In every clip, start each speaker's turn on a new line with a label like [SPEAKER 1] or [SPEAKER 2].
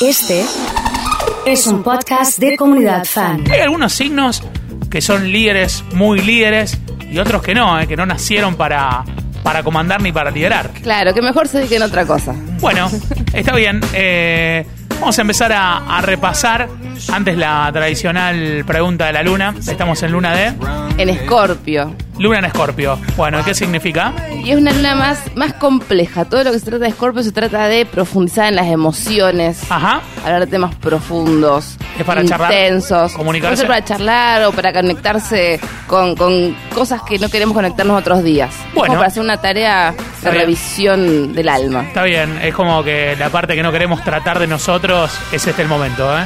[SPEAKER 1] Este es un podcast de comunidad fan.
[SPEAKER 2] Hay algunos signos que son líderes, muy líderes, y otros que no, eh, que no nacieron para, para comandar ni para liderar.
[SPEAKER 3] Claro, que mejor se dediquen a otra cosa.
[SPEAKER 2] Bueno, está bien. eh, vamos a empezar a, a repasar antes la tradicional pregunta de la luna. Estamos en luna de
[SPEAKER 3] En Escorpio.
[SPEAKER 2] luna en escorpio. Bueno, ¿qué significa?
[SPEAKER 3] Y es una luna más, más compleja. Todo lo que se trata de Escorpio se trata de profundizar en las emociones.
[SPEAKER 2] Ajá.
[SPEAKER 3] Hablar de temas profundos,
[SPEAKER 2] Es para charlar,
[SPEAKER 3] intensos,
[SPEAKER 2] comunicarse.
[SPEAKER 3] Puede ser para charlar o para conectarse con, con cosas que no queremos conectarnos otros días. Es
[SPEAKER 2] Bueno.
[SPEAKER 3] Como para hacer una tarea de
[SPEAKER 2] bien.
[SPEAKER 3] revisión del alma.
[SPEAKER 2] Está bien, es como que la parte que no queremos tratar de nosotros es este el momento, ¿eh?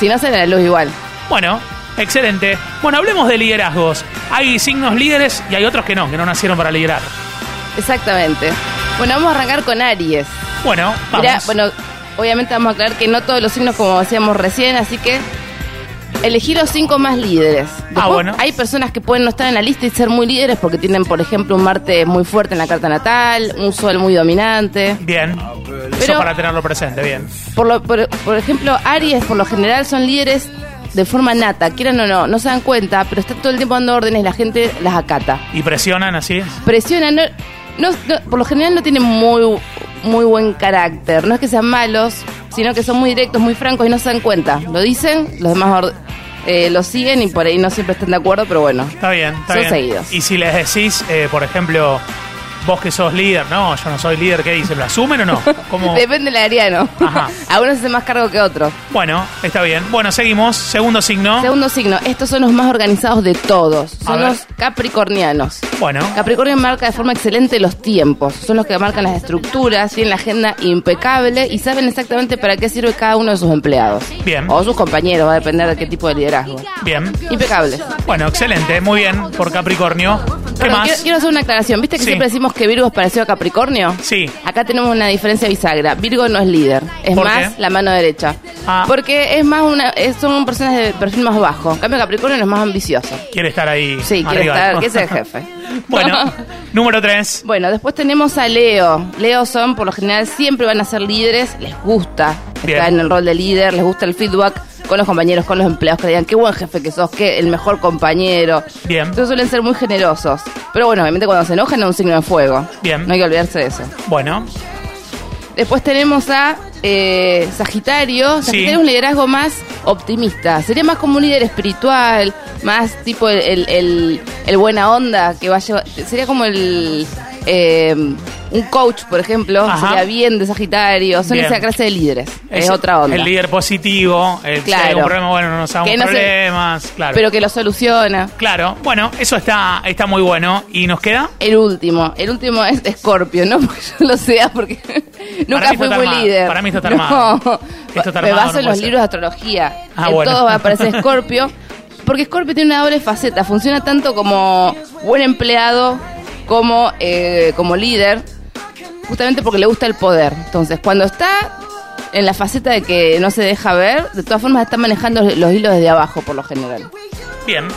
[SPEAKER 3] Si no, sale la luz igual.
[SPEAKER 2] Bueno, excelente. Bueno, hablemos de liderazgos. Hay signos líderes y hay otros que no, que no nacieron para liderar.
[SPEAKER 3] Exactamente. Bueno, vamos a arrancar con Aries.
[SPEAKER 2] Bueno, vamos.
[SPEAKER 3] Mirá, bueno, obviamente vamos a aclarar que no todos los signos como decíamos recién, así que elegí los cinco más líderes. Después,
[SPEAKER 2] Ah, bueno.
[SPEAKER 3] Hay personas que pueden no estar en la lista y ser muy líderes porque tienen, por ejemplo, un Marte muy fuerte en la carta natal, un Sol muy dominante.
[SPEAKER 2] Bien. Eso
[SPEAKER 3] Pero-
[SPEAKER 2] para tenerlo presente, bien.
[SPEAKER 3] Por, lo- por, por ejemplo, Aries por lo general son líderes de forma nata, quieran o no, no se dan cuenta, pero están todo el tiempo dando órdenes, la gente las acata.
[SPEAKER 2] Y presionan así.
[SPEAKER 3] presionan. No, no- no- por lo general no tienen muy, muy buen carácter. No es que sean malos, sino que son muy directos, muy francos y no se dan cuenta. Lo dicen, los demás orde- eh, lo siguen y por ahí no siempre están de acuerdo, pero bueno.
[SPEAKER 2] Está bien, está
[SPEAKER 3] Son
[SPEAKER 2] bien.
[SPEAKER 3] seguidos.
[SPEAKER 2] Y si les decís, eh, por ejemplo, vos que sos líder, no, yo no soy líder, ¿qué dicen? ¿Lo asumen o no? ¿Cómo?
[SPEAKER 3] Depende del ariano.
[SPEAKER 2] Ajá.
[SPEAKER 3] A uno se hace más cargo que otro.
[SPEAKER 2] Bueno, está bien. Bueno, seguimos. Segundo signo.
[SPEAKER 3] Segundo signo, estos son los más organizados de todos.
[SPEAKER 2] Ah. A
[SPEAKER 3] Son
[SPEAKER 2] ver.
[SPEAKER 3] los capricornianos.
[SPEAKER 2] Bueno,
[SPEAKER 3] Capricornio marca de forma excelente los tiempos. Son los que marcan las estructuras, tienen la agenda impecable y saben exactamente para qué sirve cada uno de sus empleados.
[SPEAKER 2] Bien.
[SPEAKER 3] O sus compañeros, va a depender de qué tipo de liderazgo.
[SPEAKER 2] bien.
[SPEAKER 3] Impecables.
[SPEAKER 2] Bueno, excelente. Muy bien por Capricornio. ¿Qué
[SPEAKER 3] Perdón,
[SPEAKER 2] más?
[SPEAKER 3] Quiero, quiero hacer una aclaración. ¿Viste que
[SPEAKER 2] Sí.
[SPEAKER 3] siempre decimos que Virgo es parecido a Capricornio?
[SPEAKER 2] Sí.
[SPEAKER 3] Acá tenemos una diferencia bisagra. Virgo no es líder, es
[SPEAKER 2] ¿Por
[SPEAKER 3] más
[SPEAKER 2] qué?
[SPEAKER 3] la mano derecha.
[SPEAKER 2] Ah.
[SPEAKER 3] Porque es más una, es- son personas de perfil más bajo. En cambio, Capricornio es más ambicioso.
[SPEAKER 2] Quiere estar ahí.
[SPEAKER 3] Sí, quiere
[SPEAKER 2] arriba.
[SPEAKER 3] estar- que sea el jefe.
[SPEAKER 2] bueno, número tres.
[SPEAKER 3] Bueno, después tenemos a Leo. Leo son, por lo general, siempre van a ser líderes, les gusta
[SPEAKER 2] Bien.
[SPEAKER 3] estar en el rol de líder, les gusta el feedback con los compañeros, con los empleados, que digan qué buen jefe que sos, qué el mejor compañero.
[SPEAKER 2] Bien.
[SPEAKER 3] Entonces suelen ser muy generosos. Pero bueno, obviamente cuando se enojan es un signo de fuego.
[SPEAKER 2] Bien.
[SPEAKER 3] No hay que olvidarse de eso.
[SPEAKER 2] Bueno,
[SPEAKER 3] Después tenemos a eh, Sagitario.
[SPEAKER 2] Sí.
[SPEAKER 3] Sagitario es un liderazgo más optimista. Sería más como un líder espiritual, más tipo el, el- el- el buena onda que va a llevar. Sería como el. eh, un coach, por ejemplo,
[SPEAKER 2] Ajá.
[SPEAKER 3] sería bien de Sagitario. Son
[SPEAKER 2] Bien.
[SPEAKER 3] esa clase de líderes. Es, otra onda.
[SPEAKER 2] El líder positivo, el que si hay
[SPEAKER 3] Claro.
[SPEAKER 2] algún problema, bueno, no nos hagamos
[SPEAKER 3] Que no se-
[SPEAKER 2] problemas. Claro.
[SPEAKER 3] Pero que lo soluciona.
[SPEAKER 2] claro, bueno, eso está, está muy bueno. ¿Y nos queda?
[SPEAKER 3] El último, el último es Scorpio, no porque yo lo sea, porque
[SPEAKER 2] Para
[SPEAKER 3] nunca
[SPEAKER 2] mí esto
[SPEAKER 3] fui
[SPEAKER 2] está
[SPEAKER 3] muy
[SPEAKER 2] armado,
[SPEAKER 3] líder.
[SPEAKER 2] para mí esto está armado.
[SPEAKER 3] No,
[SPEAKER 2] Esto está
[SPEAKER 3] me
[SPEAKER 2] armado,
[SPEAKER 3] baso
[SPEAKER 2] no
[SPEAKER 3] en los
[SPEAKER 2] puede
[SPEAKER 3] libros de astrología.
[SPEAKER 2] Ah,
[SPEAKER 3] en
[SPEAKER 2] bueno.
[SPEAKER 3] todos va a aparecer Scorpio, porque Scorpio tiene una doble faceta, funciona tanto como buen empleado como, eh, como líder, justamente porque le gusta el poder. Entonces, cuando está en la faceta de que no se deja ver, de todas formas está manejando los hilos desde abajo por lo general.
[SPEAKER 2] Bien.
[SPEAKER 3] Va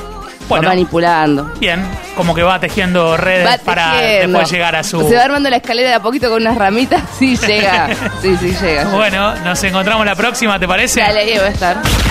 [SPEAKER 2] Bueno,
[SPEAKER 3] manipulando.
[SPEAKER 2] bien. Como que va tejiendo redes
[SPEAKER 3] Va
[SPEAKER 2] para
[SPEAKER 3] tejiendo.
[SPEAKER 2] después llegar a su.
[SPEAKER 3] Se va armando la escalera de a poquito con unas ramitas. Sí, llega. Sí, sí, llega.
[SPEAKER 2] Bueno, nos encontramos la próxima, ¿te parece?
[SPEAKER 3] Dale, ahí va a estar.